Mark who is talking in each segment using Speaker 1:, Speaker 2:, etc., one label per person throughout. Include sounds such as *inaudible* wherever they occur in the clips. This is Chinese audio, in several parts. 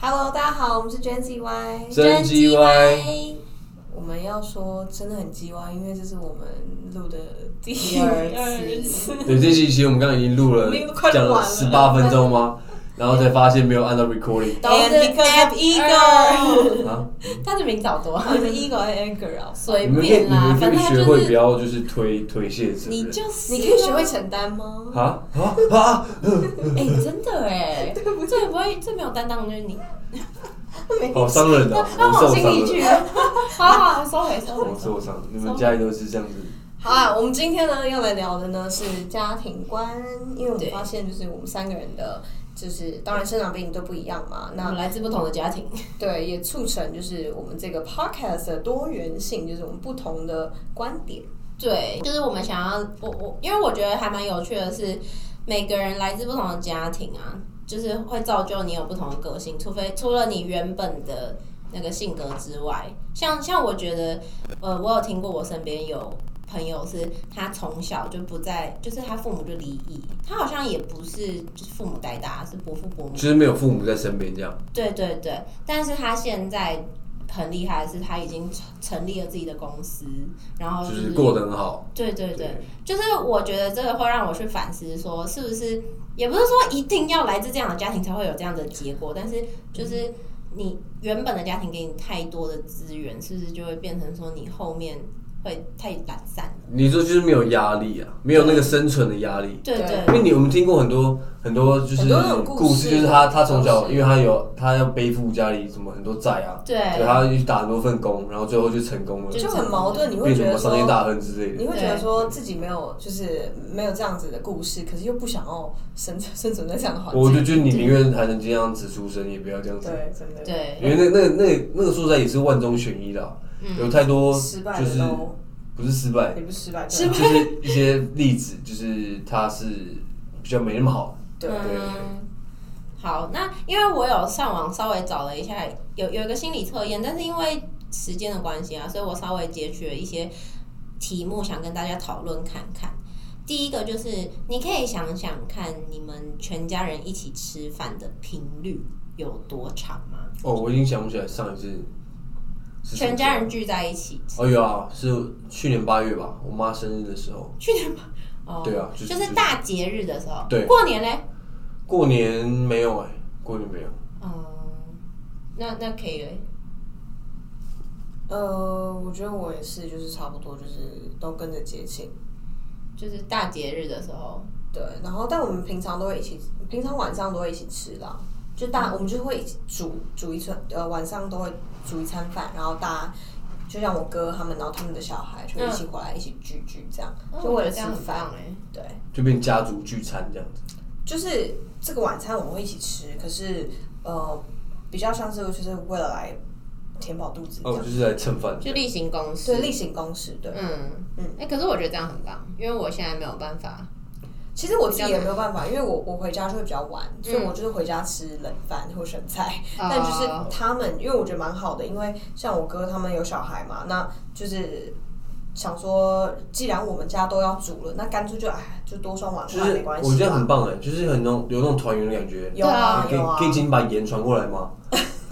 Speaker 1: Hello，大家好，我们是娟 G Y，
Speaker 2: 真鸡歪，
Speaker 1: 我们要说真的很鸡歪，因为这是我们录的第
Speaker 3: 第
Speaker 1: 二次
Speaker 3: 二次，
Speaker 2: 对，这期其实我们刚刚已经录了
Speaker 1: 我们已经快，录
Speaker 2: 讲
Speaker 1: 完了
Speaker 2: 了十八分钟吗？然后才发现没有按到 recording
Speaker 3: 都是
Speaker 1: And because of ego
Speaker 2: 啊！
Speaker 3: 他的名字好多，
Speaker 1: 我是 ego and anger 啊，
Speaker 3: 随
Speaker 2: 你们可以
Speaker 3: 便
Speaker 2: 你们
Speaker 3: 啦，
Speaker 2: 可
Speaker 3: 反
Speaker 2: 以
Speaker 3: 正他
Speaker 2: 学
Speaker 3: 就
Speaker 2: 会不
Speaker 3: 是
Speaker 2: 要就是推推卸责
Speaker 3: 你
Speaker 2: 任
Speaker 3: 就是啊
Speaker 1: 你可以学会承担吗？
Speaker 2: 啊啊啊！
Speaker 3: 哎，真的 *laughs* 哎，最不会最没有担当的就是你，
Speaker 2: *laughs* 好伤人哦，
Speaker 3: 让
Speaker 2: 我
Speaker 3: 往
Speaker 2: 受
Speaker 3: 心
Speaker 2: 伤
Speaker 3: 里去
Speaker 2: 了，
Speaker 3: 啊， *laughs* 好好收回收
Speaker 2: 我
Speaker 3: 回收
Speaker 2: 受伤了。你们家里都是这样子，
Speaker 1: 好啊，我们今天呢要来聊的呢是家庭观，因为我们
Speaker 3: 对
Speaker 1: 发现就是我们三个人的，就是当然生长背景都不一样嘛，
Speaker 3: 我
Speaker 1: 那
Speaker 3: 们来自不同的家庭，
Speaker 1: 对，也促成就是我们这个 podcast 的多元性，就是我们不同的观点。
Speaker 3: 对，就是我们想要我我，因为我觉得还蛮有趣的是，每个人来自不同的家庭啊，就是会造就你有不同的个性，除非除了你原本的那个性格之外，像像我觉得，呃，我有听过我身边有。朋友是他从小就不在，就是他父母就离异，他好像也不是就是父母带大，是伯父伯母
Speaker 2: 就是没有父母在身边这样。
Speaker 3: 对对对，但是他现在很厉害，是他已经成成立了自己的公司，然后
Speaker 2: 就是过得很好，
Speaker 3: 对哦对对，就是我觉得这个会让我去反思，说是不是也不是说一定要来自这样的家庭才会有这样的结果，但是就是你原本的家庭给你太多的资源，是不是就会变成说你后面会太懒散了？
Speaker 2: 你说就是没有压力啊，没有那个生存的压力。
Speaker 3: 对
Speaker 1: 对
Speaker 3: 对
Speaker 2: 因为你我们听过很多很多就是
Speaker 1: 很多那种故
Speaker 2: 故
Speaker 1: 事
Speaker 2: 事，就是他他从
Speaker 1: 都
Speaker 2: 小，
Speaker 1: 是
Speaker 2: 因为他有他要背负家里什么很多债啊，
Speaker 3: 对
Speaker 2: 对，他要去打很多份工，然后最后就成功了，
Speaker 3: 就
Speaker 1: 就很矛盾，你会
Speaker 2: 变
Speaker 1: 觉
Speaker 2: 成什
Speaker 1: 得
Speaker 2: 么商业
Speaker 1: 说，
Speaker 2: 大亨之类
Speaker 1: 你
Speaker 2: 的。
Speaker 1: 会觉得说自己没有，就是没有这样子的故事，可是又不想要生生存在这样的环境。
Speaker 2: 我就觉得你宁愿还能这样子出生，也不要这样子，
Speaker 1: 对，真的
Speaker 3: 对
Speaker 2: 因为那那那那个说实在也是万中选一的啊，有太多
Speaker 1: 嗯失败
Speaker 2: 就
Speaker 1: 的
Speaker 2: 是
Speaker 1: 都
Speaker 2: 不是失败
Speaker 1: 也，不是失败，
Speaker 3: 失
Speaker 2: 就是一些例子，就是他是比较没那么好，
Speaker 1: 对
Speaker 2: 对对
Speaker 3: 嗯，好，那因为我有上网稍微找了一下，有有一个心理测验，但是因为时间的关系啊，所以我稍微截取了一些题目，想跟大家讨论看看。第一个就是你可以想想看，你们全家人一起吃饭的频率有多长吗？
Speaker 2: 哦，我已经想不起来上一次是什么
Speaker 3: 全家人聚在一起，
Speaker 2: 哦，有啊，是去年八月吧，我妈生日的时候。
Speaker 3: 去年吧，哦，
Speaker 2: 对啊就是
Speaker 3: 就是大节日的时候，
Speaker 2: 对
Speaker 3: 过年嘞，
Speaker 2: 过年没有哎、过年没有。
Speaker 3: 嗯，那那可以嘞，
Speaker 1: 呃，我觉得我也是，就是差不多，就是都跟着节庆。
Speaker 3: 就是大节日的时候，
Speaker 1: 对，然后但我们平常都会一起，平常晚上都会一起吃啦。就大，我们就会一起煮煮一餐，呃，晚上都会煮一餐饭，然后大家就像我哥他们，然后他们的小孩就一起回来一起聚聚嗯哦这样，
Speaker 3: 哦
Speaker 1: 就为了吃饭。
Speaker 3: 哎。
Speaker 1: 对，
Speaker 2: 就变家族聚餐这样子。
Speaker 1: 就是这个晚餐我们会一起吃，可是呃，比较像是就是为了来填饱肚子这
Speaker 2: 哦，
Speaker 1: 样，
Speaker 2: 就是来蹭饭。
Speaker 3: 就例行公事。
Speaker 1: 对，例行公事。对，
Speaker 3: 嗯
Speaker 1: 嗯
Speaker 3: 嗯，哎、可是我觉得这样很棒，因为我现在没有办法。
Speaker 1: 其实我自己也没有办法，因为我我回家就会比较晚，所以我就是回家吃冷饭或剩菜。
Speaker 3: 哦
Speaker 1: 但就是他们，因为我觉得蛮好的，因为像我哥他们有小孩嘛，那就是想说，既然我们家都要煮了，那干脆就哎，就多双碗
Speaker 2: 就
Speaker 1: 筷
Speaker 2: 是
Speaker 1: 没关系。啊
Speaker 2: 我觉得很。棒哎、就是很那种有那种团圆的感觉。
Speaker 1: 有啊
Speaker 2: 可以
Speaker 1: 有啊
Speaker 2: 可，以请你把盐传过来
Speaker 1: *laughs*
Speaker 2: 吗？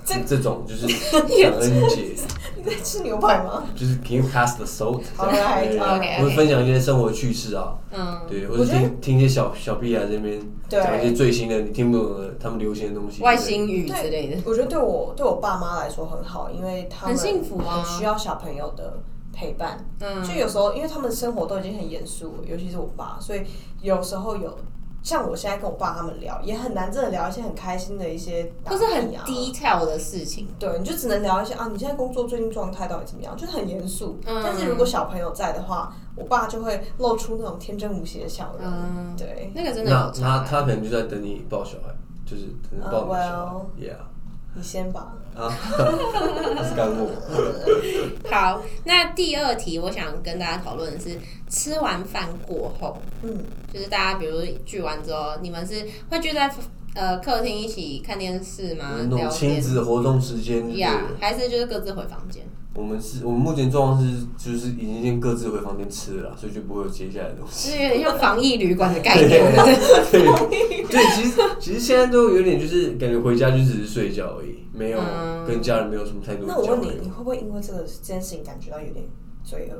Speaker 2: 这这种就是感恩节，
Speaker 1: 你在 *laughs* 吃牛排吗？
Speaker 2: 就是 Can you pass the salt？
Speaker 1: All right，
Speaker 2: 对
Speaker 1: okay，
Speaker 2: 我会
Speaker 3: okay
Speaker 2: 分享一些生活趣事啊，
Speaker 3: 嗯，
Speaker 2: 对，或
Speaker 1: 我
Speaker 2: 者
Speaker 1: 觉得
Speaker 2: 听听一些小小屁孩这边
Speaker 1: 对
Speaker 2: 讲一些最新的你听不懂的他们流行的东西。
Speaker 3: 外
Speaker 2: 对
Speaker 3: 星语之类的。
Speaker 1: 我觉得对我对我爸妈来说很好，因为他们
Speaker 3: 很幸福啊
Speaker 1: 很需要小朋友的陪伴。
Speaker 3: 嗯，
Speaker 1: 就有时候，因为他们生活都已经很严肃了，尤其是我爸，所以有时候有像我现在跟我爸他们聊，也很难真的聊一些很开心的一些、打
Speaker 3: 都是很
Speaker 1: 屁啊
Speaker 3: detail 的事情。
Speaker 1: 对，你就只能聊一些啊，你现在工作最近状态到底怎么样，就是很严肃。
Speaker 3: 嗯
Speaker 1: 但是如果小朋友在的话，我爸就会露出那种天真无邪的笑容。
Speaker 3: 嗯
Speaker 1: 对，
Speaker 3: 那个真的
Speaker 2: 那
Speaker 3: 有
Speaker 2: 那
Speaker 3: 差。欸
Speaker 2: 他可能就在等你抱小孩，就是等着抱你的小孩
Speaker 1: Oh,。
Speaker 2: Yeah，
Speaker 1: 你先吧。
Speaker 2: 啊，是干货。
Speaker 1: *laughs*
Speaker 3: 好，那第二题我想跟大家讨论的是，吃完饭过后，
Speaker 1: 嗯，
Speaker 3: 就是大家比如聚完之后，你们是会聚在呃客厅一起看电视吗？
Speaker 2: 那种
Speaker 3: 聊
Speaker 2: 亲
Speaker 3: 天
Speaker 2: 子活动时间之类
Speaker 3: 呀
Speaker 2: 的。
Speaker 3: 还是就是各自回房间？
Speaker 2: 我们是我们目前状况是，就是已经先各自回房间吃了啦，所以就不会有接下来的
Speaker 3: *laughs*
Speaker 2: 东西。
Speaker 3: 就是有点像防疫旅馆的概
Speaker 2: 对
Speaker 3: 念。
Speaker 2: 对，对，其实其实现在都有点就是感觉回家就只是睡觉而已，没有
Speaker 3: 嗯
Speaker 2: 跟家人没有什么太多
Speaker 1: 那
Speaker 2: 的
Speaker 1: 我
Speaker 2: 交
Speaker 1: 问你，你
Speaker 2: 流。
Speaker 1: 会不会因为这个这件事情感觉到有点罪恶？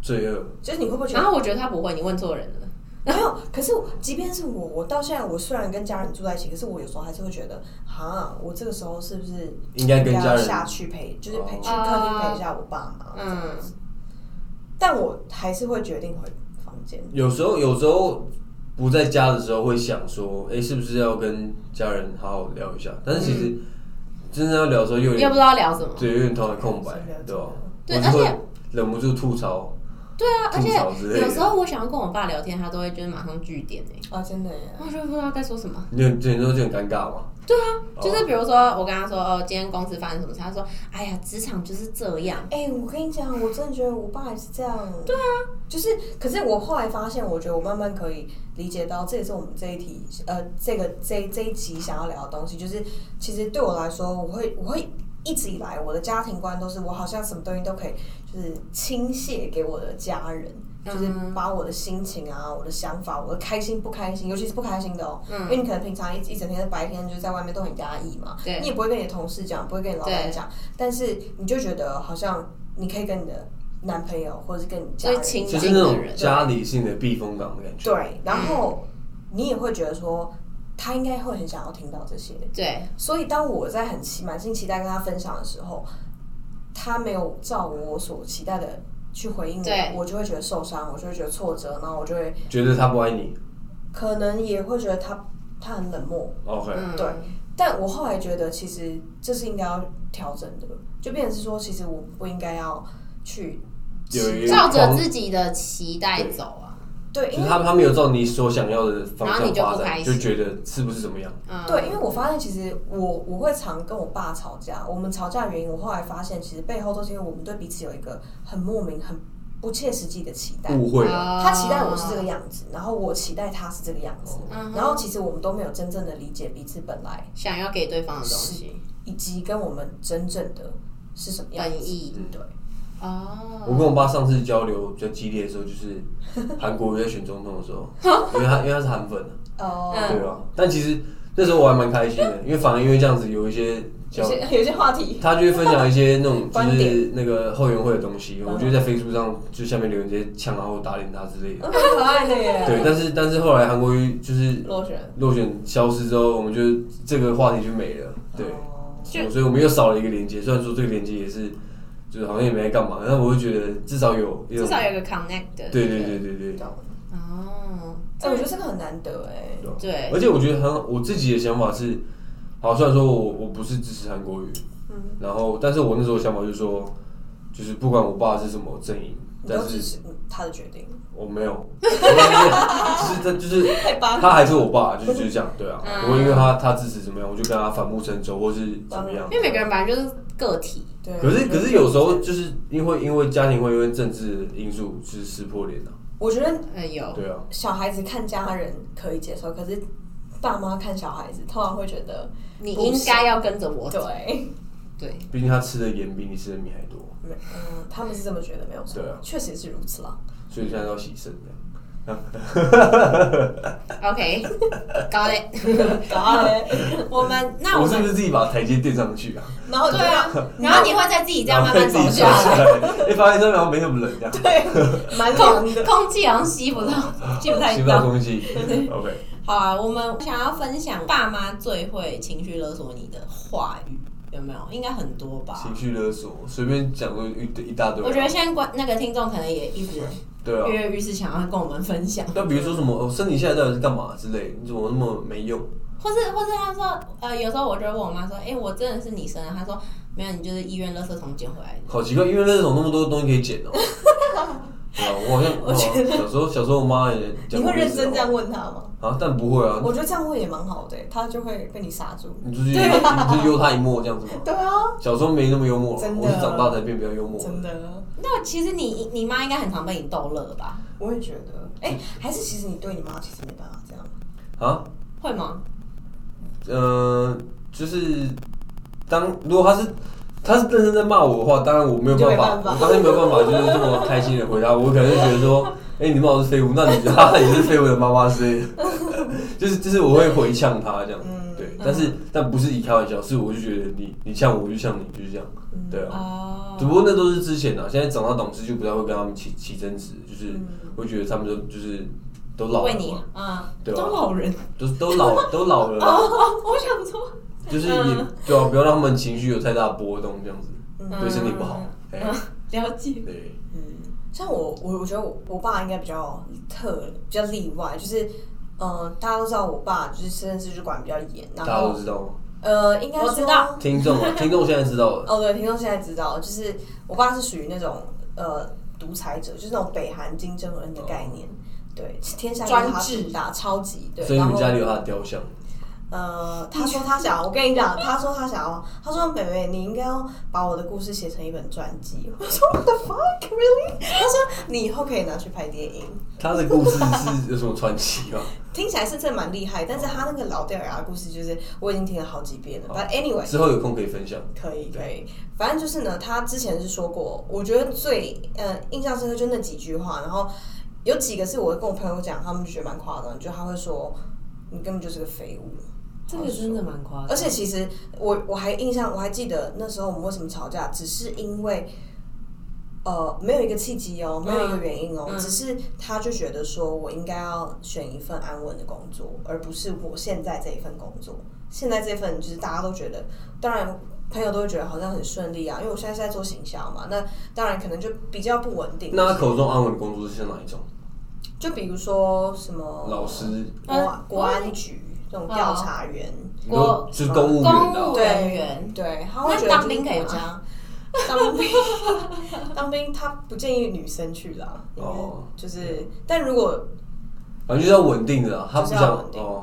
Speaker 2: 罪恶，
Speaker 1: 就是你会不会觉
Speaker 3: *laughs* 然
Speaker 1: 得
Speaker 3: 后我觉得他不会，你问错人了。
Speaker 1: 没有？可是我即便是我，我到现在我虽然跟家人住在一起，可是我有时候还是会觉得，哈，我这个时候是不是
Speaker 2: 应该跟家
Speaker 1: 要
Speaker 2: 人
Speaker 1: 下去陪，就是陪
Speaker 2: 哦
Speaker 1: 去客厅陪一下我爸妈？
Speaker 3: 嗯，
Speaker 1: 但我还是会决定回房间。
Speaker 2: 有时候有时候不在家的时候会想说，哎、是不是要跟家人好好聊一下？但是其实真的要聊的时候又有
Speaker 3: 又嗯不知
Speaker 2: 点
Speaker 3: 道聊什么。
Speaker 2: 对，有点头脑空白
Speaker 1: 是的，
Speaker 2: 对吧？
Speaker 3: 对
Speaker 2: 我就
Speaker 3: 而且
Speaker 2: 会忍不住吐槽，
Speaker 3: 对啊，而
Speaker 2: 吐槽之类
Speaker 3: 且
Speaker 2: 的
Speaker 3: 有时候我想要跟我爸聊天，他都会就是马上据点哎、
Speaker 1: 啊，真的耶！
Speaker 3: 我就不知道该说什么。
Speaker 2: 你有对你说就很尴尬嘛？
Speaker 3: 对啊，
Speaker 2: 哦
Speaker 3: 就是比如说我跟他说哦，今天公司发生什么事，他说哎呀，职场就是这样。
Speaker 1: 哎、我跟你讲，我真的觉得我爸也是这样。对啊，就是，可是我后来发现，我觉得我慢慢可以理解到，这也是我们这一题，呃，这个这这一集想要聊的东西，就是其实对我来说，我会我会一直以来我的家庭观都是，我好像什么东西都可以，就是倾泻给我的家人。就是
Speaker 3: 嗯
Speaker 1: 把我的心情啊、我的想法、我的开心不开心，尤其是不开心的哦、
Speaker 3: 嗯
Speaker 1: 因为你可能平常一一整天的白天就在外面都很压抑嘛，
Speaker 3: 对
Speaker 1: 你也不会跟你的同事讲，不会跟你老板
Speaker 3: 对
Speaker 1: 讲，但是你就觉得好像你可以跟你的男朋友或者是跟你家
Speaker 3: 最
Speaker 1: 人
Speaker 3: 亲
Speaker 2: 就
Speaker 3: 近
Speaker 2: 是那
Speaker 3: 的
Speaker 2: 种
Speaker 3: 人，
Speaker 2: 家里性的避风港的感觉。
Speaker 1: 对，然后你也会觉得说他应该会很想要听到这些，
Speaker 3: 对，
Speaker 1: 所以当我在很期满心期待跟他分享的时候，他没有照我所期待的去回应
Speaker 3: 对
Speaker 1: 我，我就会觉得受伤，我就会觉得挫折，然后我就会
Speaker 2: 觉得他不爱你
Speaker 1: 可能也会觉得他他很冷漠，
Speaker 2: ，OK，
Speaker 3: 嗯，
Speaker 1: 对但我后来觉得，其实这是应该要调整的，就变成是说，其实我不应该要去
Speaker 2: 有一个
Speaker 3: 照着
Speaker 2: 框
Speaker 3: 自己的期待走啊。
Speaker 1: 对，
Speaker 2: 就
Speaker 1: 因
Speaker 2: 是
Speaker 1: 为
Speaker 2: 他他没有照你所想要的方
Speaker 3: 然后
Speaker 2: 向
Speaker 3: 你就
Speaker 2: 发
Speaker 3: 不
Speaker 2: 展，
Speaker 3: 开
Speaker 2: 就
Speaker 3: 心
Speaker 2: 觉得是不是怎么样？
Speaker 3: 嗯，
Speaker 1: 对，因为我发现其实我我会常跟我爸吵架，我们吵架的原因，我后来发现其实背后都是因为我们对彼此有一个很莫名、很不切实际的期待。
Speaker 2: 误会了，
Speaker 3: 啊
Speaker 1: 他期待我是这个样子，然后我期待他是这个样子，
Speaker 3: 嗯哼
Speaker 1: 然后其实我们都没有真正的理解彼此本来
Speaker 3: 想要给对方的东西，
Speaker 1: 以及跟我们真正的是什么样
Speaker 3: 本
Speaker 1: 子。
Speaker 3: 意。
Speaker 1: 对，
Speaker 3: 哦，
Speaker 2: 我跟我爸上次交流比较激烈的时候，就是韩国瑜在选总统的时
Speaker 3: *laughs*
Speaker 2: 候，因为他因为他是韩粉，啊
Speaker 1: 哦、
Speaker 3: 嗯
Speaker 2: 对吧？但其实那时候我还蛮开心
Speaker 3: *laughs*
Speaker 2: 的，因为反而因为这样子有一些交
Speaker 1: 有，些有些话题 *laughs*
Speaker 2: 他就会分享一些那
Speaker 3: *laughs*
Speaker 2: 种就
Speaker 1: 观
Speaker 2: 是
Speaker 1: 点
Speaker 2: 那个后援会的东西，
Speaker 1: 嗯
Speaker 2: 我就在 Facebook 上就下面留言直接呛他或打脸他之类的。
Speaker 1: 很可爱的
Speaker 3: 嗯
Speaker 1: 耶。
Speaker 2: 对，但是但是后来韩国瑜就是
Speaker 3: 落选，
Speaker 2: 落选消失之后，我们就这个话题就没了，对。
Speaker 1: 哦
Speaker 3: 就
Speaker 2: 所以我们又少了一个连接。虽然说这个连接也是，就是好像也没在干嘛，但我就觉得至少有一
Speaker 3: 至
Speaker 2: 种，
Speaker 3: 少有个 connect 的。
Speaker 2: 对对对对对
Speaker 1: 懂
Speaker 3: 哦，
Speaker 1: 哎、我觉得这个很难得哎。
Speaker 3: 对
Speaker 2: 而且我觉得很，我自己的想法是，好，虽然说我我不是支持韩国瑜，
Speaker 1: 嗯，
Speaker 2: 然后，但是我那时候的想法就是说，就是不管我爸是什么阵营，
Speaker 1: 你
Speaker 2: 但
Speaker 1: 都支
Speaker 2: 是
Speaker 1: 持嗯他的决定，
Speaker 2: 我没有， *laughs* 就是这就是
Speaker 1: 太棒
Speaker 2: 他还是我爸，就是就是这样，对啊，
Speaker 3: 嗯
Speaker 2: 不会因为他他支持怎么样，我就跟他反目成仇，或是怎么样，
Speaker 3: 因为每个人本来就是个体，
Speaker 1: 对，啊
Speaker 2: 可是
Speaker 1: 我
Speaker 3: 嗯
Speaker 1: 觉
Speaker 2: 可
Speaker 1: 得
Speaker 2: 是有时候就是因为因为家庭会因为政治因素就是撕破脸啊，
Speaker 1: 我觉得
Speaker 3: 嗯，有
Speaker 2: 对啊，
Speaker 1: 小孩子看家人可以接受，可是爸妈看小孩子，通常会觉得
Speaker 3: 你应该要跟着我
Speaker 2: 哦
Speaker 3: 走。
Speaker 1: 对，
Speaker 3: 对，
Speaker 2: 毕竟他吃的盐比你吃的米还多，
Speaker 1: 没嗯，他们是这么觉得，没有错
Speaker 2: 对啊，
Speaker 1: 确实是如此
Speaker 2: *laughs*
Speaker 1: 啦。
Speaker 2: 所以现在都要洗肾这样。
Speaker 3: OK，高嘞，
Speaker 1: 然后嘞，
Speaker 3: 我们那我
Speaker 2: *laughs* 我是不
Speaker 3: 们
Speaker 2: 是自己把台阶垫上去啊？
Speaker 1: 然后
Speaker 3: 对啊，然后你会再自己这样慢慢走
Speaker 2: 然后自己
Speaker 3: 下来，
Speaker 2: 来，哎，发现这好像没那么冷这样，
Speaker 1: 对，蛮
Speaker 3: *laughs* 空
Speaker 1: 凉的。
Speaker 3: 空气好像吸不到，吸不太
Speaker 2: 吸不到
Speaker 3: 到。
Speaker 2: 空气。OK，
Speaker 3: 好啊，我们想要分享爸妈最会情绪勒索你的话语，有没有？应该很多吧。
Speaker 2: 情绪勒索，随便讲了一一大堆。
Speaker 3: 我觉得现在观那个听众可能也一直
Speaker 2: 对
Speaker 3: 跃
Speaker 2: 啊。
Speaker 3: 跃欲试，想要跟我们分享， *laughs*
Speaker 2: 那比如说什么，哦，身体现在到底是干嘛之类？你怎么那么没用？
Speaker 3: 或是或是他说，呃，有时候我就会问我妈说，哎、我真的是你生的？她说没有，你就是医院垃圾桶捡回来的。
Speaker 2: 好奇怪，因为那种那么多东西可以剪哦。
Speaker 3: *laughs*
Speaker 2: 对啊，我好像我好像小时候小时候我妈也
Speaker 1: 你
Speaker 2: 讲过
Speaker 1: 会
Speaker 2: 类
Speaker 1: 认
Speaker 2: 似的
Speaker 1: 真
Speaker 2: 话
Speaker 1: 这样问他吗？
Speaker 2: 啊，但不会啊，
Speaker 1: 我觉得这样问也蛮好的，欸他就会被你刹住。
Speaker 2: 你就是你就是悠他一默这样
Speaker 1: *laughs*
Speaker 2: 子嘛。
Speaker 1: 对啊，
Speaker 2: 小时候没那么幽默
Speaker 1: 真，的
Speaker 2: 我是长大才变比较幽默。
Speaker 1: 真的，
Speaker 3: 那其实你你妈应该很常被你逗乐吧？
Speaker 1: 我也觉得。哎，还是其实你对你妈其实没办法这样，
Speaker 2: 啊，
Speaker 3: 会吗？
Speaker 2: 呃，就是当如果他是他是认真在骂我的话，当然我没有办法，
Speaker 1: 就没办法
Speaker 2: 我当然没有办法就是这么开心的回答，我可能就觉得说，
Speaker 1: *laughs*
Speaker 2: 哎、你骂我是废物，那你哈哈，你是废物的妈妈之类的，
Speaker 1: *laughs*
Speaker 2: 就是就是我会回呛他这样，
Speaker 1: 嗯
Speaker 2: 对，但是但不是以开玩笑，是我就觉得你你呛我，我就呛你，就是这样，
Speaker 1: 嗯
Speaker 2: 对啊。
Speaker 3: 哦
Speaker 2: 只不过那都是之前啊，现在长大懂事就不太会跟他们起起争执，就是
Speaker 1: 嗯
Speaker 2: 会觉得他们都就是都老了
Speaker 3: 为你
Speaker 2: 嘛，
Speaker 3: 啊，
Speaker 2: 对
Speaker 1: 都
Speaker 2: 吧、
Speaker 1: 老人，
Speaker 2: 都都老都老了
Speaker 1: 哦
Speaker 2: 啊，
Speaker 3: *laughs* 我想说，
Speaker 2: 就是
Speaker 1: 嗯
Speaker 2: 也对啊，不要让他们情绪有太大波动，这样子对身体不好。哎、
Speaker 3: 了解，
Speaker 2: 对，
Speaker 1: 嗯，像我，我我觉得我我爸应该比较特，比较例外，就是，呃，大家都知道我爸就是真的是就管比较严，
Speaker 2: 大
Speaker 1: 然
Speaker 2: 家都
Speaker 1: 后
Speaker 2: 知道吗？
Speaker 1: 呃，应该
Speaker 3: 我
Speaker 1: 说
Speaker 3: 知道
Speaker 2: 听众啊，听众现在知道了，
Speaker 1: 哦，对，听众现在知道，就是我爸是属于那种呃独裁者，就是那种北韩金正恩的概
Speaker 2: 哦
Speaker 1: 念，对，天下
Speaker 3: 专
Speaker 1: 就是他
Speaker 3: 制
Speaker 1: 主打，超级对。
Speaker 2: 所以你
Speaker 1: 然
Speaker 2: 们
Speaker 1: 后
Speaker 2: 家里有他的雕像，
Speaker 1: 呃，他说他想要，我跟你讲，他说他想要，他说妹妹，你应该要把我的故事写成一本传记。我说 What the fuck really？他说你以后可以拿去拍电影，
Speaker 2: 他的故事
Speaker 1: *laughs*
Speaker 2: 是有什么传奇吗？
Speaker 1: 听起来是真的蛮厉害，
Speaker 2: 哦
Speaker 1: 但是他那个老掉牙的故事就是我已经听了好几遍了。But anyway，
Speaker 2: 之后有空可以分享。
Speaker 1: 可以可以，反正就是呢，他之前是说过，我觉得最呃印象深刻就那几句话，然后有几个是我跟我朋友讲，他们就觉得蛮夸张，就他会说你根本就是个废物。
Speaker 3: 这个真的蛮夸张，
Speaker 1: 而且其实我我还印象我还记得那时候我们为什么吵架，只是因为呃没有一个契机哦，没有一个原因哦，
Speaker 3: 嗯
Speaker 1: 只是他就觉得说我应该要选一份安稳的工作，而不是我现在这一份工作。现在这份就是大家都觉得，当然。朋友都会觉得好像很顺利啊，因为我现在是在做行销嘛，那当然可能就比较不稳定。
Speaker 2: 那他口中安稳的工作是哪一种？
Speaker 1: 就比如说什么
Speaker 2: 老师，
Speaker 3: 嗯
Speaker 1: 国国安局这种调查员，
Speaker 2: 你说就是公务员
Speaker 3: 公务
Speaker 2: 啊，
Speaker 3: 员人员
Speaker 1: 对，他会觉
Speaker 3: 那
Speaker 1: 得
Speaker 3: 当兵可以
Speaker 1: 这是国家
Speaker 3: 吗？
Speaker 1: *laughs* 当兵，当兵他不建议女生去啦，因为
Speaker 2: 哦
Speaker 1: 就是，但如果
Speaker 2: 反正就是要稳定的啊，他不
Speaker 1: 就是要
Speaker 2: 想
Speaker 1: 稳定
Speaker 2: 哦，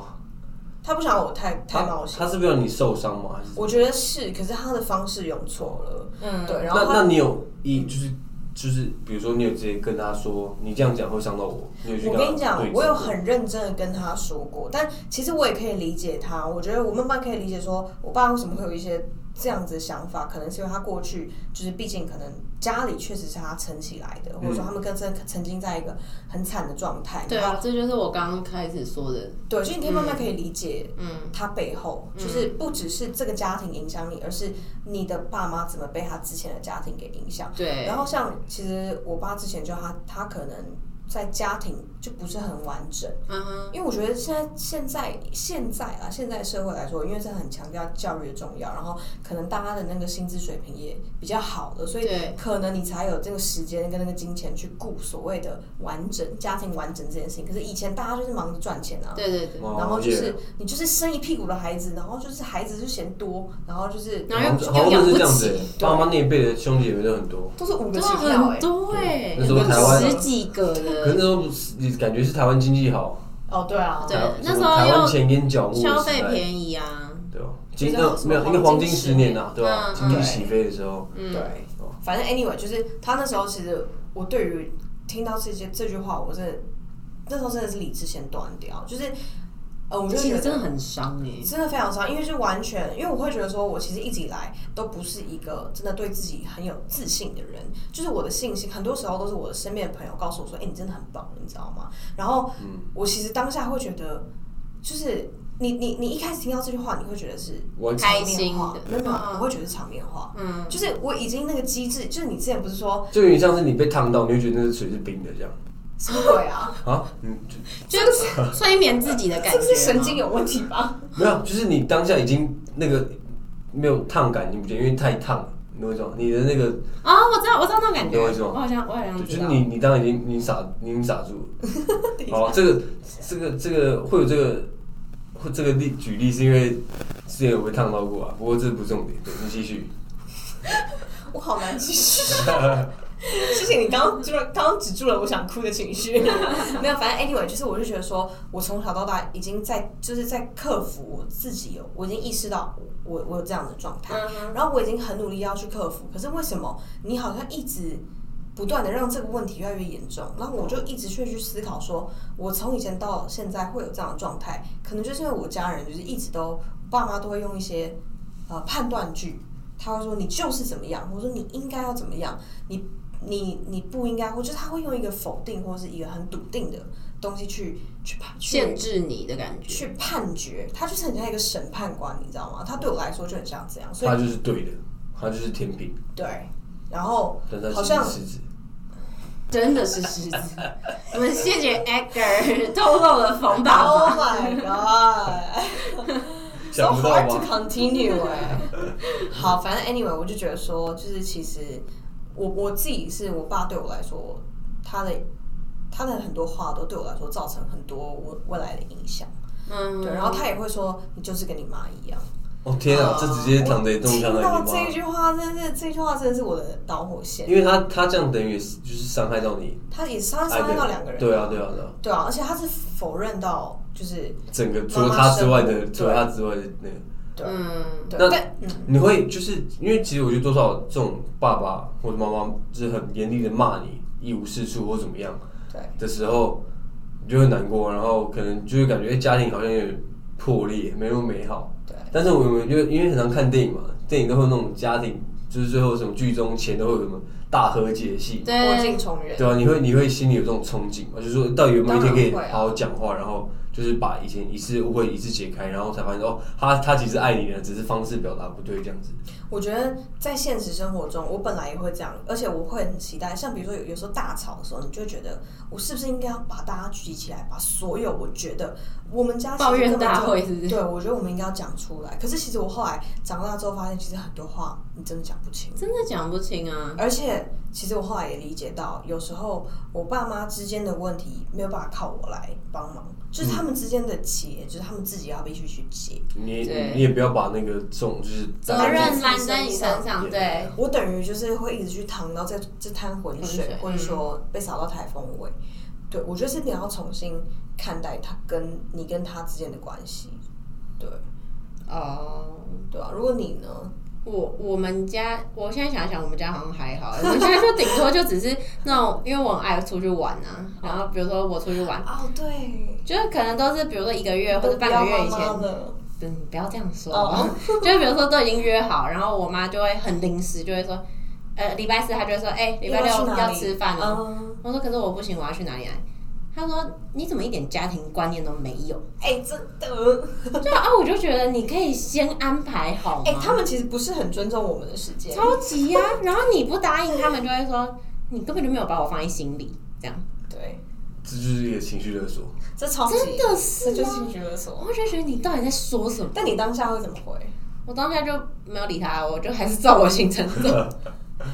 Speaker 1: 他不想我太太
Speaker 2: 他
Speaker 1: 冒险
Speaker 2: 他，是不是让你受伤吗？还是
Speaker 1: 我觉得是，可是他的方式用错了，
Speaker 3: 嗯，
Speaker 1: 对，然
Speaker 2: 那
Speaker 1: 后
Speaker 2: 那
Speaker 1: 他
Speaker 2: 你有一就是就是，比如说你有直接跟他说，你这样讲会伤到我，你有去
Speaker 1: 我
Speaker 2: 他
Speaker 1: 跟你讲
Speaker 2: 对峙，
Speaker 1: 我有
Speaker 2: 过
Speaker 1: 很认真的跟他说过，但其实我也可以理解他，我觉得我慢慢可以理解说，我爸为什么会有一些这样子的想法，可能是因为他过去就是毕竟可能家里确实是他撑起来的，或
Speaker 2: 嗯
Speaker 1: 者说他们跟真的曾经在一个很惨的状态，
Speaker 3: 对啊，这就是我刚刚开始说的，
Speaker 1: 对，所以你可以慢慢可以理解，
Speaker 3: 嗯，
Speaker 1: 他背后就是不只是这个家庭影响你，而是你的爸妈怎么被他之前的家庭给影响。
Speaker 3: 对，
Speaker 1: 然后像其实我爸之前就他他可能在家庭就不是很完整，
Speaker 3: 嗯哼，
Speaker 1: 因为我觉得现在现在现在啊现在社会来说，因为这很强调教育的重要，然后可能大家的那个薪资水平也比较好了，所以
Speaker 3: 对
Speaker 1: 可能你才有这个时间跟那个金钱去顾所谓的完整家庭完整这件事情。可是以前大家就是忙着赚钱啊，
Speaker 3: 对对对，
Speaker 2: 哦
Speaker 1: 然后就
Speaker 2: 耶
Speaker 1: 是你就是生一屁股的孩子，然后就是孩子就嫌多，然后就是
Speaker 3: 然后又
Speaker 2: 好像
Speaker 3: 又
Speaker 2: 好像是这
Speaker 3: 养不
Speaker 2: 样
Speaker 3: 起
Speaker 2: 子，爸妈那一辈的兄弟姐妹都很多，
Speaker 1: 都是五个
Speaker 3: 真的
Speaker 1: 起跳哎、
Speaker 3: 很多哎，
Speaker 2: 那时候台
Speaker 1: 湾
Speaker 3: 十几个
Speaker 1: 呃
Speaker 2: 可是
Speaker 3: 的，
Speaker 2: 那时候不是你感觉是台湾经济好，
Speaker 1: 哦对啊，
Speaker 3: 对
Speaker 2: 台湾
Speaker 3: 那
Speaker 2: 什么
Speaker 3: 时候
Speaker 2: 台湾
Speaker 3: 又
Speaker 2: 前烟角木
Speaker 3: 消费
Speaker 2: 宜，
Speaker 3: 便宜啊，
Speaker 2: 对吧？经
Speaker 1: 比较
Speaker 2: 那
Speaker 1: 什么
Speaker 2: 没有，应该
Speaker 1: 黄
Speaker 2: 黄
Speaker 1: 金
Speaker 2: 金
Speaker 1: 十
Speaker 2: 十年
Speaker 1: 年
Speaker 2: 啊，对吧？
Speaker 3: 嗯
Speaker 2: 经济
Speaker 1: 嗯
Speaker 2: 起飞的时候，
Speaker 3: 嗯，
Speaker 1: 对
Speaker 2: 哦，
Speaker 1: 反正 anyway 就是他那时候其实我对于听到这些这句话，我真的那时候真的是理智先断掉，就是呃我
Speaker 3: 这
Speaker 1: 就
Speaker 3: 其
Speaker 1: 觉
Speaker 3: 实真的
Speaker 1: 得。
Speaker 3: 很伤哎，
Speaker 1: 真的非常伤，因为就完全，因为我会觉得说，我其实一直以来都不是一个真的对自己很有自信的人，就是我的信心，很多时候都是我的身边的朋友告诉我说，哎、你真的很棒，你知道吗？然后
Speaker 2: 嗯，
Speaker 1: 我其实当下会觉得，就是你你你一开始听到这句话，你会觉得是
Speaker 2: 我
Speaker 3: 开
Speaker 1: 场面话
Speaker 3: 心，的
Speaker 1: 真的，
Speaker 3: 嗯
Speaker 1: 我会觉得是场面话。
Speaker 3: 嗯，
Speaker 1: 就是我已经那个机制，就是你之前不是说
Speaker 2: 就有点像是你被烫到，你会觉得那水是冰的这样
Speaker 1: 什么鬼
Speaker 3: *laughs*
Speaker 1: 啊？
Speaker 2: 啊，嗯，就
Speaker 3: 就是催眠自己的感
Speaker 1: 这
Speaker 3: 觉
Speaker 1: 个
Speaker 3: 吗，
Speaker 1: 是神经有问题吧？
Speaker 2: 没有，就是你当下已经那个没有烫感，你不觉得因为太烫了，你懂我意思吗？你的那个
Speaker 3: 啊，我知道，我知道那种感
Speaker 2: 你
Speaker 3: 觉，
Speaker 2: 懂我意思吗
Speaker 3: 我好像，我好像
Speaker 2: 对，就
Speaker 3: 知
Speaker 2: 是
Speaker 3: 道，
Speaker 2: 你，你当然已经你傻，你已经傻住
Speaker 1: *laughs*
Speaker 2: 了。好，这个这个这个会有这个会这个例举例，是因为之前有被烫到过啊。不过这不是重点，对你继续。
Speaker 1: 我好难继续。谢谢你刚刚住了，刚刚止住了我想哭的情绪。 *laughs* 没有，反正 anyway，就是我就觉得说，我从小到大已经在就是在克服我自己有，我已经意识到我我我有这样的状
Speaker 3: 嗯
Speaker 1: 态，然后我已经很努力要去克服，可是为什么你好像一直不断的让这个问题越来越严重？然后我就一直去去思考说，我从以前到现在会有这样的状态，可能就是因为我家人就是一直都爸妈都会用一些呃判断句，他会说你就是怎么样，或者说你应该要怎么样，你你你不应该，或者他会用一个否定或是一个很笃定的东西去去判
Speaker 3: 限
Speaker 1: 去
Speaker 3: 制你的感觉。
Speaker 1: 去判决，他就是很像一个审判官，你知道吗？他对我来说就很像这样，所以
Speaker 2: 他就是对的，他就是天平，
Speaker 1: 对，然后
Speaker 2: 但他
Speaker 1: 好
Speaker 2: 其实
Speaker 1: 像
Speaker 2: 是狮子。
Speaker 3: 真的是狮子。 *laughs* 我们谢谢 Edgar 透露了冯 *laughs* 爸
Speaker 1: *laughs*
Speaker 3: 爸。
Speaker 1: Oh my god！So
Speaker 2: 想不到
Speaker 1: hard to
Speaker 2: 吧？
Speaker 1: continue 哎、 *laughs* 好，反正 anyway，我就觉得说，就是其实我我自己是我爸对我来说，他的他的很多话都对我来说造成很多我未来的影响。
Speaker 3: 嗯，
Speaker 1: 对，然后他也会说，你就是跟你妈一样。
Speaker 2: 哦天啊，这直接躺在动
Speaker 1: 听
Speaker 2: 上的
Speaker 1: 到
Speaker 2: 你
Speaker 1: 这一句
Speaker 2: 妈，
Speaker 1: 话，真的是这句话真的是我的导火线。
Speaker 2: 因为他他这样等于也是就是伤害到你
Speaker 1: 他也伤
Speaker 2: 爱
Speaker 1: 伤害
Speaker 2: 的
Speaker 1: 到两个人。
Speaker 2: 对啊对啊对啊，
Speaker 1: 对啊，而且他是否认到，就是
Speaker 2: 整个
Speaker 1: 妈
Speaker 2: 除了
Speaker 1: 妈
Speaker 2: 他之
Speaker 1: 生
Speaker 2: 外
Speaker 1: 我
Speaker 2: 的除了他之外的那个。
Speaker 1: 对
Speaker 3: 嗯，
Speaker 1: 对，
Speaker 2: 那
Speaker 1: 但嗯。
Speaker 2: 你会就是因为其实我觉得多少这种爸爸或者妈妈就是很严厉的骂你一无是处或怎么样
Speaker 1: 对
Speaker 2: 的时候，你就会难过，然后可能就会感觉哎家庭好像有点破裂，没那么美好。
Speaker 1: 对
Speaker 2: 但是我们就因为很常看电影嘛，电影都会有那种家庭，就是最后什么剧中前都会有什么大和解戏，
Speaker 1: 破
Speaker 3: 对
Speaker 1: 镜，重圆。
Speaker 2: 对啊，你会你会心里有这种憧憬嘛？就是说到底有没有一天可以
Speaker 1: 当然会啊
Speaker 2: 好好讲话，然后就是把以前一次误会一次解开，然后才发现哦，他他其实爱你的，只是方式表达不对这样子。
Speaker 1: 我觉得在现实生活中，我本来也会这样，而且我会很期待。像比如说有有时候大吵的时候，你就会觉得我是不是应该要把大家聚集起来，把所有我觉得我们家其实
Speaker 3: 抱怨
Speaker 1: 根本就
Speaker 3: 大会是不是
Speaker 1: 对，我觉得我们应该要讲出来。可是其实我后来长大之后发现，其实很多话你真的讲不清。
Speaker 3: 真的讲不清啊。
Speaker 1: 而且，其实我后来也理解到，有时候我爸妈之间的问题没有办法靠我来帮忙，就是他们之间的结，就是他们自己要必须去结。
Speaker 2: 你
Speaker 3: 对
Speaker 2: 你也不要把那个重就是
Speaker 3: 责任
Speaker 1: 在
Speaker 3: 揽
Speaker 1: 自己
Speaker 3: 在你身
Speaker 1: 身
Speaker 3: 上，
Speaker 2: 上
Speaker 3: 对，
Speaker 1: 我等于就是会一直去趟到这这滩浑水，
Speaker 3: 浑水嗯
Speaker 1: 或者说被扫到台风尾。对，我觉得是你要重新看待他跟你跟他之间的关系。对，
Speaker 3: 哦。
Speaker 1: 对啊。如果你呢？
Speaker 3: 我我们家，我现在想想，我们家好像还好。我们家就顶多就只是那种，因为我很爱出去玩啊。然后比如说我出去玩，
Speaker 1: 哦，对，
Speaker 3: 就是可能都是比如说一个月或
Speaker 1: 都
Speaker 3: 者
Speaker 1: 不
Speaker 3: 半个
Speaker 1: 要
Speaker 3: 月
Speaker 1: 妈
Speaker 3: 以前，
Speaker 1: 妈了。
Speaker 3: 嗯，不要这样说。
Speaker 1: 哦
Speaker 3: *laughs* 就比如说都已经约好，然后我妈就会很临时就会说，呃，礼拜四她就会说，哎、礼拜六
Speaker 1: 要去哪里
Speaker 3: 要吃饭哦。
Speaker 1: 嗯，
Speaker 3: 我说可是我不行，我要去哪里来？啊她说你怎么一点家庭观念都没有？
Speaker 1: 哎，真的，
Speaker 3: 就啊，我就觉得你可以先安排好吗？
Speaker 1: 哎，他们其实不是很尊重我们的时间。
Speaker 3: 超级呀、然后你不答应，他们就会说你根本就没有把我放在心里，这样
Speaker 1: 对，
Speaker 2: 这就是一个情绪勒索。
Speaker 1: 这超级
Speaker 3: 真的是
Speaker 1: 这就是
Speaker 3: 啊。
Speaker 1: 情绪勒索。
Speaker 3: 我就觉得你到底在说什么？
Speaker 1: 但你当下会怎么回？
Speaker 3: 我当下就没有理他，我就还是照我行程走。 *laughs*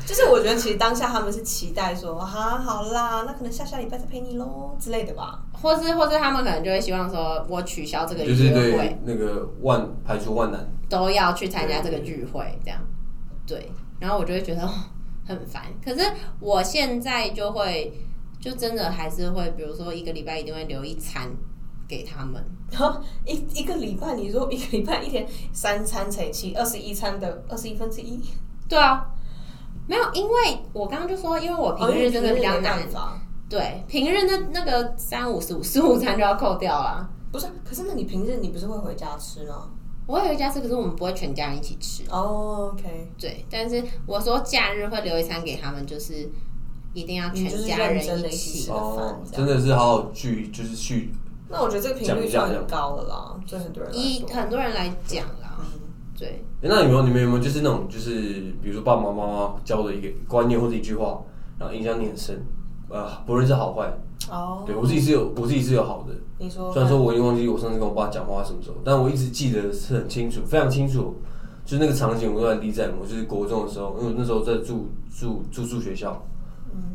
Speaker 1: 就是我觉得其实当下他们是期待说，哈，好啦，那可能下下礼拜再陪你喽之类的吧。
Speaker 3: 或是或是他们可能就会希望说，我取消这个
Speaker 2: 就
Speaker 3: 约
Speaker 2: 是
Speaker 3: 会
Speaker 2: 对，那个万排除万难，
Speaker 3: 都要去参加这个聚会，这样对。然后我就会觉得哦很烦。可是我现在就会，就真的还是会，比如说一个礼拜一定会留一餐给他们。
Speaker 1: 然后一一个礼拜，你说一个礼拜一天三餐才七，二十一餐的二十一分之一，
Speaker 3: 对啊，没有，因为我刚刚就说，因为我哦平日真的比
Speaker 1: 哦
Speaker 3: 较难。
Speaker 1: 法。
Speaker 3: 对，平日那那个三五十五十五餐就要扣掉啦。
Speaker 1: 不是，可是那你平日你不是会回家吃吗、
Speaker 3: 我会有一家吃，可是我们不会全家人一起吃。
Speaker 1: 哦 o k
Speaker 3: 对，但是我说假日会留一餐给他们，就是一定要全家人一起
Speaker 1: 吃。个饭这样
Speaker 2: 哦真的是好好聚，就是去
Speaker 1: 那我觉得这个频率就很高了啦，对很多人来
Speaker 3: 以
Speaker 1: 说。
Speaker 3: 很多人来讲啦，对，
Speaker 2: 诶那有没有你们有没有就是那种就是比如说爸爸妈妈教的一个观念或者一句话，然后影响你很深，呃，不论是好坏，
Speaker 1: 哦
Speaker 2: 对我自己是有我自己是有好的。
Speaker 1: 你说，
Speaker 2: 虽然说我已经忘记我上次跟我爸讲话什么时候，但我一直记得是很清楚，非常清楚，就是那个场景我都很历在我就是国中的时候，因为我那时候在住住住宿学校，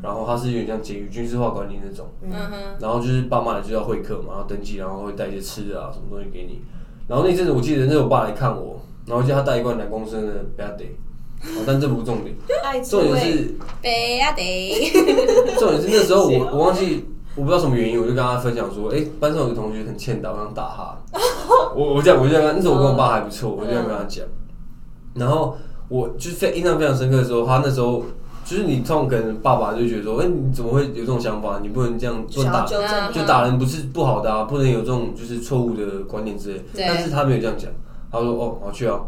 Speaker 2: 然后它是有点像监狱军事化管理那种，
Speaker 3: 嗯哼，
Speaker 2: 然后就是爸妈来就要会客嘛，然后登记，然后会带一些吃的啊什么东西给你。然后那阵子我记得那是我爸来看我，然后就他带一罐两公升的 b a d 哦，但这不是重点，
Speaker 1: 爱滋
Speaker 2: 重点
Speaker 1: 味，
Speaker 2: 是
Speaker 3: 贝亚
Speaker 2: *laughs*
Speaker 3: 得，
Speaker 2: 重点是那时候我我忘记我不知道什么原因，我就跟他分享说，哎、班上有个同学很欠打，我想打
Speaker 1: *laughs*
Speaker 2: 他。我我这样我就这样跟他，那时候我跟我爸还不错，
Speaker 1: 嗯
Speaker 2: 我就这样跟他讲。然后我就是非印象非常深刻的时候，他那时候就是你通常可能爸爸就觉得说，哎、你怎么会有这种想法？你不能这样不能
Speaker 1: 想
Speaker 2: 打
Speaker 1: 要纠正
Speaker 3: 嗯
Speaker 1: 你，
Speaker 2: 就打人不是不好的啊，不能有这种就是错误的观念之类。
Speaker 3: 对
Speaker 2: 但是他没有这样讲，他说哦，我去啊，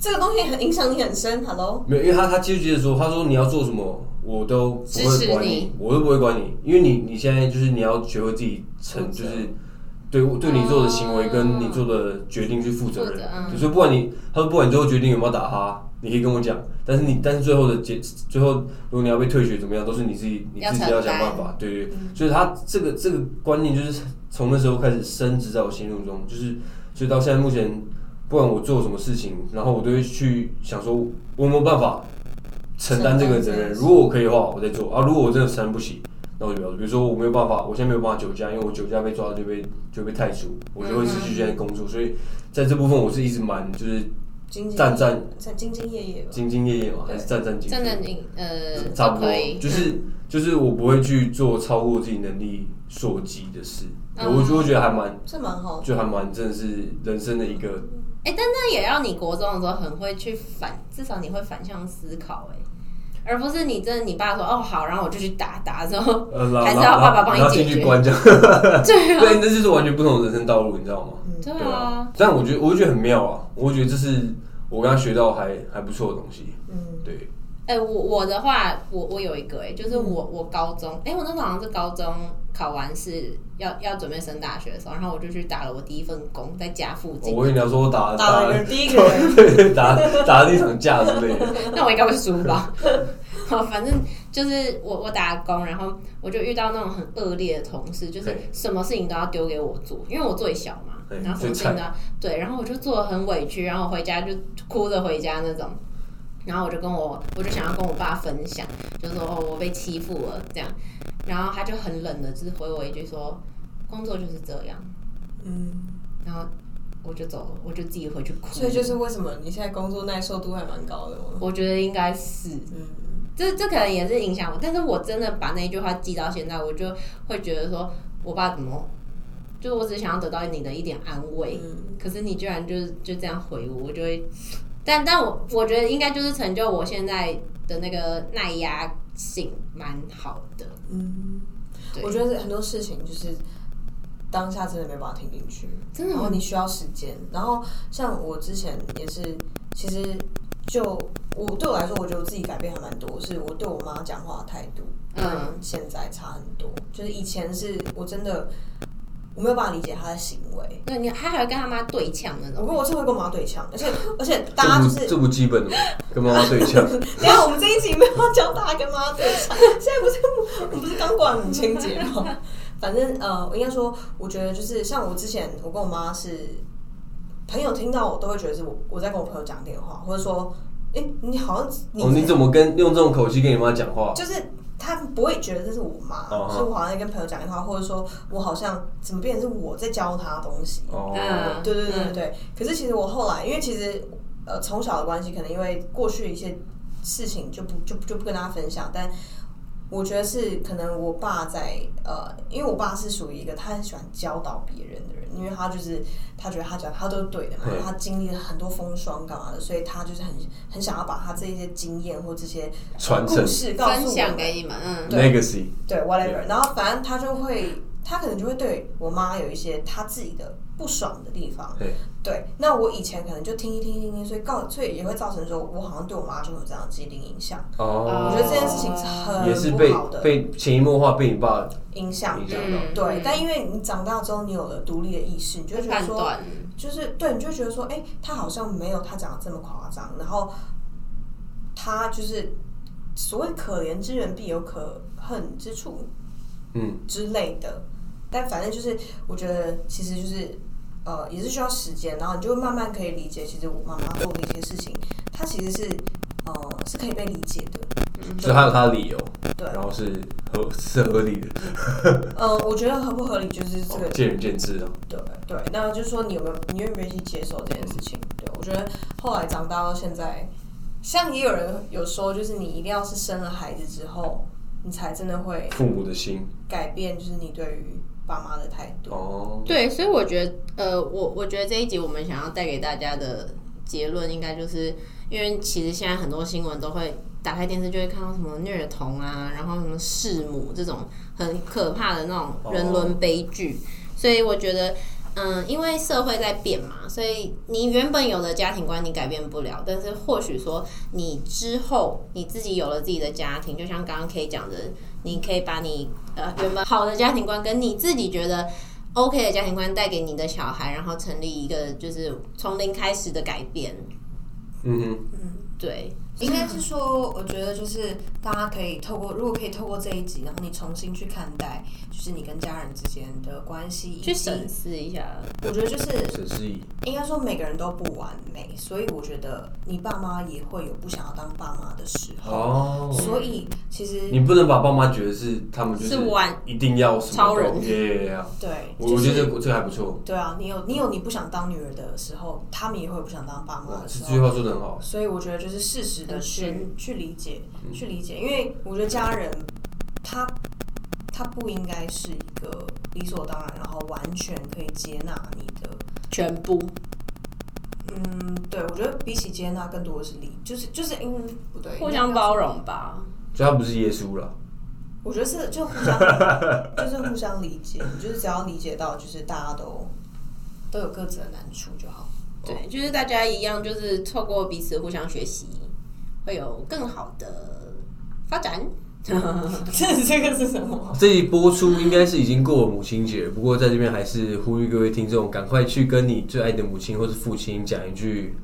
Speaker 1: 这个东西很影响你很深。Hello，
Speaker 2: 没有，因为他他继续接着说，他说你要做什么，我都不
Speaker 3: 支
Speaker 2: 会
Speaker 3: 持
Speaker 2: 管
Speaker 3: 你
Speaker 2: 我都不会管你，因为你你现在就是你要学会自己承，
Speaker 1: 负
Speaker 2: 就
Speaker 1: 责
Speaker 2: 是对对你做的行为
Speaker 3: 哦
Speaker 2: 跟你做的决定去负责
Speaker 3: 负
Speaker 2: 任
Speaker 3: 责嗯。
Speaker 2: 就是不管你，他说不管你最后决定有没有打哈，你可以跟我讲，但是你但是最后的结，最后如果你要被退学怎么样，都是你自己你
Speaker 3: 要
Speaker 2: 自己
Speaker 3: 承
Speaker 2: 要想
Speaker 3: 担嗯
Speaker 2: 办法，对对对。所以他这个这个观念就是从那时候开始深植在我心目中，就是所以到现在目前。不管我做什么事情，然后我都会去想说，我有没有办法承担这个责任？
Speaker 3: 承担
Speaker 2: 如果我可以的话，我再做啊；如果我真的承担不起，那我就不要做。比如说我没有办法，我现在没有办法酒驾，因为我酒驾被抓就被就被太除，我就会失去现在工作。所以在这部分，我是一直蛮就是
Speaker 1: 兢兢
Speaker 2: 战战
Speaker 1: 兢兢业业吧。
Speaker 2: 兢兢业业嘛，还是战战兢兢，
Speaker 3: 站在你呃，
Speaker 2: 差不
Speaker 3: 都
Speaker 2: 多
Speaker 3: 可以，
Speaker 2: 就是就是我不会去做超过自己能力所及的事。对我就会觉得还蛮，
Speaker 1: 这蛮好，
Speaker 2: 就还蛮，真的是人生的一个
Speaker 3: 哎、但那也要你国中的时候很会去反，至少你会反向思考、哎，而不是你真的你爸说哦好，然后我就去打打之后，
Speaker 2: 呃，然后
Speaker 3: 还是
Speaker 2: 然
Speaker 3: 要
Speaker 2: 后
Speaker 3: 爸爸帮
Speaker 2: 然后
Speaker 3: 你
Speaker 2: 进
Speaker 3: 解
Speaker 2: 去
Speaker 3: 决。
Speaker 2: 关这 *laughs* 样，
Speaker 3: 对啊，
Speaker 2: 对，那就是完全不同的人生道路，你知道吗？
Speaker 3: 对
Speaker 2: 嗯对
Speaker 3: 啊，，
Speaker 2: 但我觉得我就觉得很妙啊，我觉得这是我跟他学到还还不错的东西。
Speaker 1: 嗯，
Speaker 2: 对，
Speaker 3: 哎、我我的话，我我有一个哎、就是我我高中，哎、我那时候好像是高中考完试要要准备升大学的时候，然后我就去打了我第一份工，在家附
Speaker 2: 我
Speaker 3: 近。
Speaker 2: 跟你聊说我打
Speaker 1: 打了一
Speaker 2: 了
Speaker 1: 个第一个人，
Speaker 2: 打打了一场架之类的，
Speaker 3: *laughs* 那我应该会输吧？好，反正就是我我打工，然后我就遇到那种很恶劣的同事，就是
Speaker 2: 对
Speaker 3: 什么事情都要丢给我做，因为我最小嘛
Speaker 2: 对，
Speaker 3: 然后什么事情都要对，然后我就做的很委屈，然后我回家就哭着回家那种。然后我就跟我，我就想要跟我爸分享，就说哦，我被欺负了这样，然后他就很冷的，就是回我一句说，工作就是这样，
Speaker 1: 嗯，
Speaker 3: 然后我就走了，我就自己回去哭。
Speaker 1: 所以就是为什么你现在工作耐受度还蛮高的吗？
Speaker 3: 我觉得应该是，
Speaker 1: 嗯，
Speaker 3: 这这可能也是影响我，但是我真的把那一句话记到现在，我就会觉得说，我爸怎么，就是我只想要得到你的一点安慰，
Speaker 1: 嗯
Speaker 3: 可是你居然就是就这样回我，我就会，但但我我觉得应该就是成就我现在的那个耐压性蛮好的，
Speaker 1: 嗯，
Speaker 3: 对
Speaker 1: 我觉得很多事情就是当下真的没办法听进去，
Speaker 3: 真的
Speaker 1: 然后
Speaker 3: 吗？
Speaker 1: 你需要时间。然后像我之前也是，其实就我对我来说，我觉得我自己改变还蛮多，是我对我妈讲话的态度，
Speaker 3: 嗯
Speaker 1: 嗯，现在差很多。就是以前是我真的我没有办法理解她的行为，
Speaker 3: 对你他还会跟他妈对呛那
Speaker 1: 我
Speaker 3: 种，
Speaker 1: 跟我是会跟我妈对呛，而且而且
Speaker 2: 这
Speaker 1: 大家就
Speaker 2: 不
Speaker 1: 是。
Speaker 2: 这不基本的吗？跟妈妈对呛，
Speaker 1: 等一下我们这一集没有教大家跟妈妈对呛，现在不是我们不是刚过完母亲节吗？反正呃，我应该说，我觉得就是像我之前，我跟我妈是朋友听到我都会觉得是我我在跟我朋友讲电话，或者说，哎、你好像 *laughs* 你、
Speaker 2: 哦，你怎么跟用这种口气跟你妈讲话？
Speaker 1: 就是他不会觉得这是我妈，
Speaker 2: 哦
Speaker 1: 所以我好像在跟朋友讲电话，或者说我好像怎么变成是我在教他东西，
Speaker 2: 哦，
Speaker 3: 嗯
Speaker 1: 对对对对对。可是其实我后来，因为其实呃从小的关系，可能因为过去一些事情就不就就不跟大家分享，但。我觉得是可能我爸在呃，因为我爸是属于一个他很喜欢教导别人的人，因为他就是他觉得他讲他都是对的嘛
Speaker 2: 嗯，
Speaker 1: 他经历了很多风霜干嘛的，所以他就是很很想要把他这些经验或这些
Speaker 2: 传承
Speaker 1: 故事告诉
Speaker 3: 分
Speaker 1: 我
Speaker 3: 享
Speaker 1: 们，
Speaker 3: 给你们，嗯，
Speaker 2: legacy，
Speaker 1: 对
Speaker 2: Yeah.
Speaker 1: whatever，然后反正他就会，他可能就会对我妈有一些他自己的不爽的地方。
Speaker 2: 对，
Speaker 1: 对，那我以前可能就听一听听一听，所以告，所以也会造成说我好像对我妈就有这样的既定影响。
Speaker 2: 哦，
Speaker 1: 我觉得这件事情是
Speaker 2: 也是
Speaker 1: 很
Speaker 2: 被
Speaker 1: 不好的
Speaker 2: 被潜移默化被你爸
Speaker 1: 影响
Speaker 2: 影
Speaker 1: 的
Speaker 2: 响。到。
Speaker 3: 嗯
Speaker 1: 对，但因为你长大之后，你有了独立的意识，你就会觉得
Speaker 3: 判
Speaker 1: 说，
Speaker 3: 断，
Speaker 1: 就是对，你就会觉得说，哎、他好像没有他讲的这么夸张，然后他就是所谓可怜之人必有可恨之处，
Speaker 2: 嗯，
Speaker 1: 之类的。但反正就是，我觉得其实就是，呃，也是需要时间，然后你就会慢慢可以理解，其实我妈妈做的一些事情，它其实是，呃，是可以被理解的。
Speaker 2: 所以他有他的理由，
Speaker 1: 对
Speaker 2: 然后是合是合理的，
Speaker 1: 呃，我觉得合不合理就是这个，
Speaker 2: 见仁见智啊。
Speaker 1: 对对。那就是说，你有没有，你愿不愿意去接受这件事情？对我觉得后来长大到现在，像也有人有说，就是你一定要是生了孩子之后，你才真的会
Speaker 2: 父母的心
Speaker 1: 改变，就是你对于爸妈的态度。
Speaker 2: 哦，
Speaker 3: 对，所以我觉得，呃，我我觉得这一集我们想要带给大家的结论，应该就是因为其实现在很多新闻都会打开电视就会看到什么虐童啊，然后什么弑母这种很可怕的那种人伦悲剧，所以我觉得。嗯，因为社会在变嘛，所以你原本有的家庭观你改变不了，但是或许说你之后你自己有了自己的家庭，就像刚刚 K 讲的，你可以把你呃原本好的家庭观跟你自己觉得 OK 的家庭观带给你的小孩，然后成立一个就是从零开始的改变。
Speaker 2: 嗯哼。
Speaker 3: 对，
Speaker 1: 应该是说，我觉得就是大家可以透过，如果可以透过这一集，然后你重新去看待，就是你跟家人之间的关系，以及
Speaker 3: 去审视一下。
Speaker 1: 我觉得就是
Speaker 4: 沈思怡，
Speaker 1: 应该说每个人都不完美，所以我觉得你爸妈也会有不想要当爸妈的时候。
Speaker 2: 哦，
Speaker 1: 所以其实
Speaker 2: 你不能把爸妈觉得是他们就是
Speaker 3: 玩
Speaker 2: 一定要什么
Speaker 3: 超人
Speaker 2: 耶呀！
Speaker 1: 对，
Speaker 2: 我
Speaker 1: 就
Speaker 2: 我觉
Speaker 1: 是
Speaker 2: 得这个这个还不错，
Speaker 1: 对啊，你有你有你不想当女儿的时候，他们也会有不想当爸妈的时
Speaker 2: 哦这
Speaker 1: 候。
Speaker 2: 句话说的很好。
Speaker 1: 所以我觉得就是适时的
Speaker 3: 很
Speaker 1: 去去理解，
Speaker 4: 嗯
Speaker 1: 去理解，因为我觉得家人他他不应该是一个理所当然，然后完全可以接纳你的。
Speaker 3: 全部
Speaker 1: 嗯，对，我觉得比起接纳，更多的是理，就是就是嗯，不对，
Speaker 3: 互相包。容吧。
Speaker 2: 所以他不是耶稣啦，
Speaker 1: 我觉得是就互相 *laughs* 就是互相理解，就是只要理解到，就是大家都都有各自的难处就好。 *laughs*
Speaker 3: 对，就是大家一样，就是透过彼此互相学习，会有更好的发 *laughs* 展。
Speaker 1: 这这个是什么？
Speaker 3: *laughs*
Speaker 4: 这一播出应该是已经过了母亲节，不过在这边还是呼吁各位听众，赶快去跟你最爱的母亲或是父亲讲一句，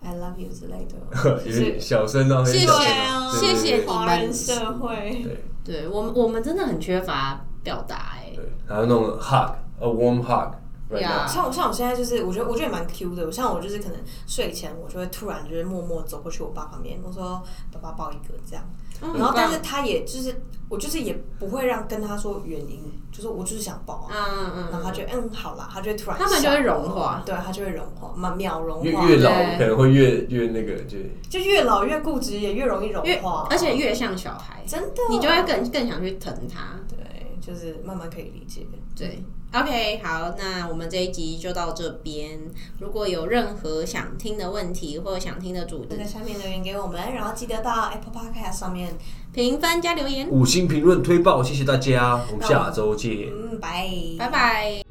Speaker 1: I love you 之类的，就
Speaker 4: *laughs* 有
Speaker 1: 是
Speaker 2: *laughs*
Speaker 4: 点小声哦，
Speaker 3: 谢谢
Speaker 4: 有点小
Speaker 3: 哦，
Speaker 4: 声
Speaker 3: 谢
Speaker 4: 对
Speaker 3: 谢你
Speaker 1: 华人
Speaker 3: 们。
Speaker 1: 社会。
Speaker 4: 对
Speaker 3: 对我们，我们真的很缺乏表达哎、
Speaker 4: 对，然后那种 hug，a warm hug right now，
Speaker 3: Yeah
Speaker 1: 像我像我现在就是，我觉得我觉得也蛮 Q 的。像我就是可能睡前，我就会突然就是默默走过去我爸旁边，我说爸爸抱一个这样。
Speaker 3: 嗯哦
Speaker 1: 然后但是他也就是我就是也不会让跟他说原因，就是我就是想抱
Speaker 3: 嗯
Speaker 1: 啊。
Speaker 3: 嗯嗯，
Speaker 1: 然后他就嗯好啦，他就会突然
Speaker 3: 他们就
Speaker 1: 笑
Speaker 3: 会融化
Speaker 1: 对啊他就会融化，秒秒融
Speaker 4: 越
Speaker 1: 化，
Speaker 4: 越老
Speaker 3: 对
Speaker 4: 可能会越越那个，就
Speaker 1: 就越老越固执，也越容易融
Speaker 3: 越
Speaker 1: 化，
Speaker 3: 而且越像小孩，
Speaker 1: 真的
Speaker 3: 你就会更更想去疼他。
Speaker 1: 对，就是慢慢可以理解。
Speaker 3: 对，OK，好，那我们这一集就到这边。如果有任何想听的问题或者想听的主
Speaker 1: 就
Speaker 3: 题
Speaker 1: 在，下面留言给我们，然后记得到 Apple Podcast 上面，
Speaker 3: 评分加留言，
Speaker 4: 五星评论推爆，谢谢大家，我们下周见。
Speaker 1: 嗯，拜
Speaker 3: 拜拜。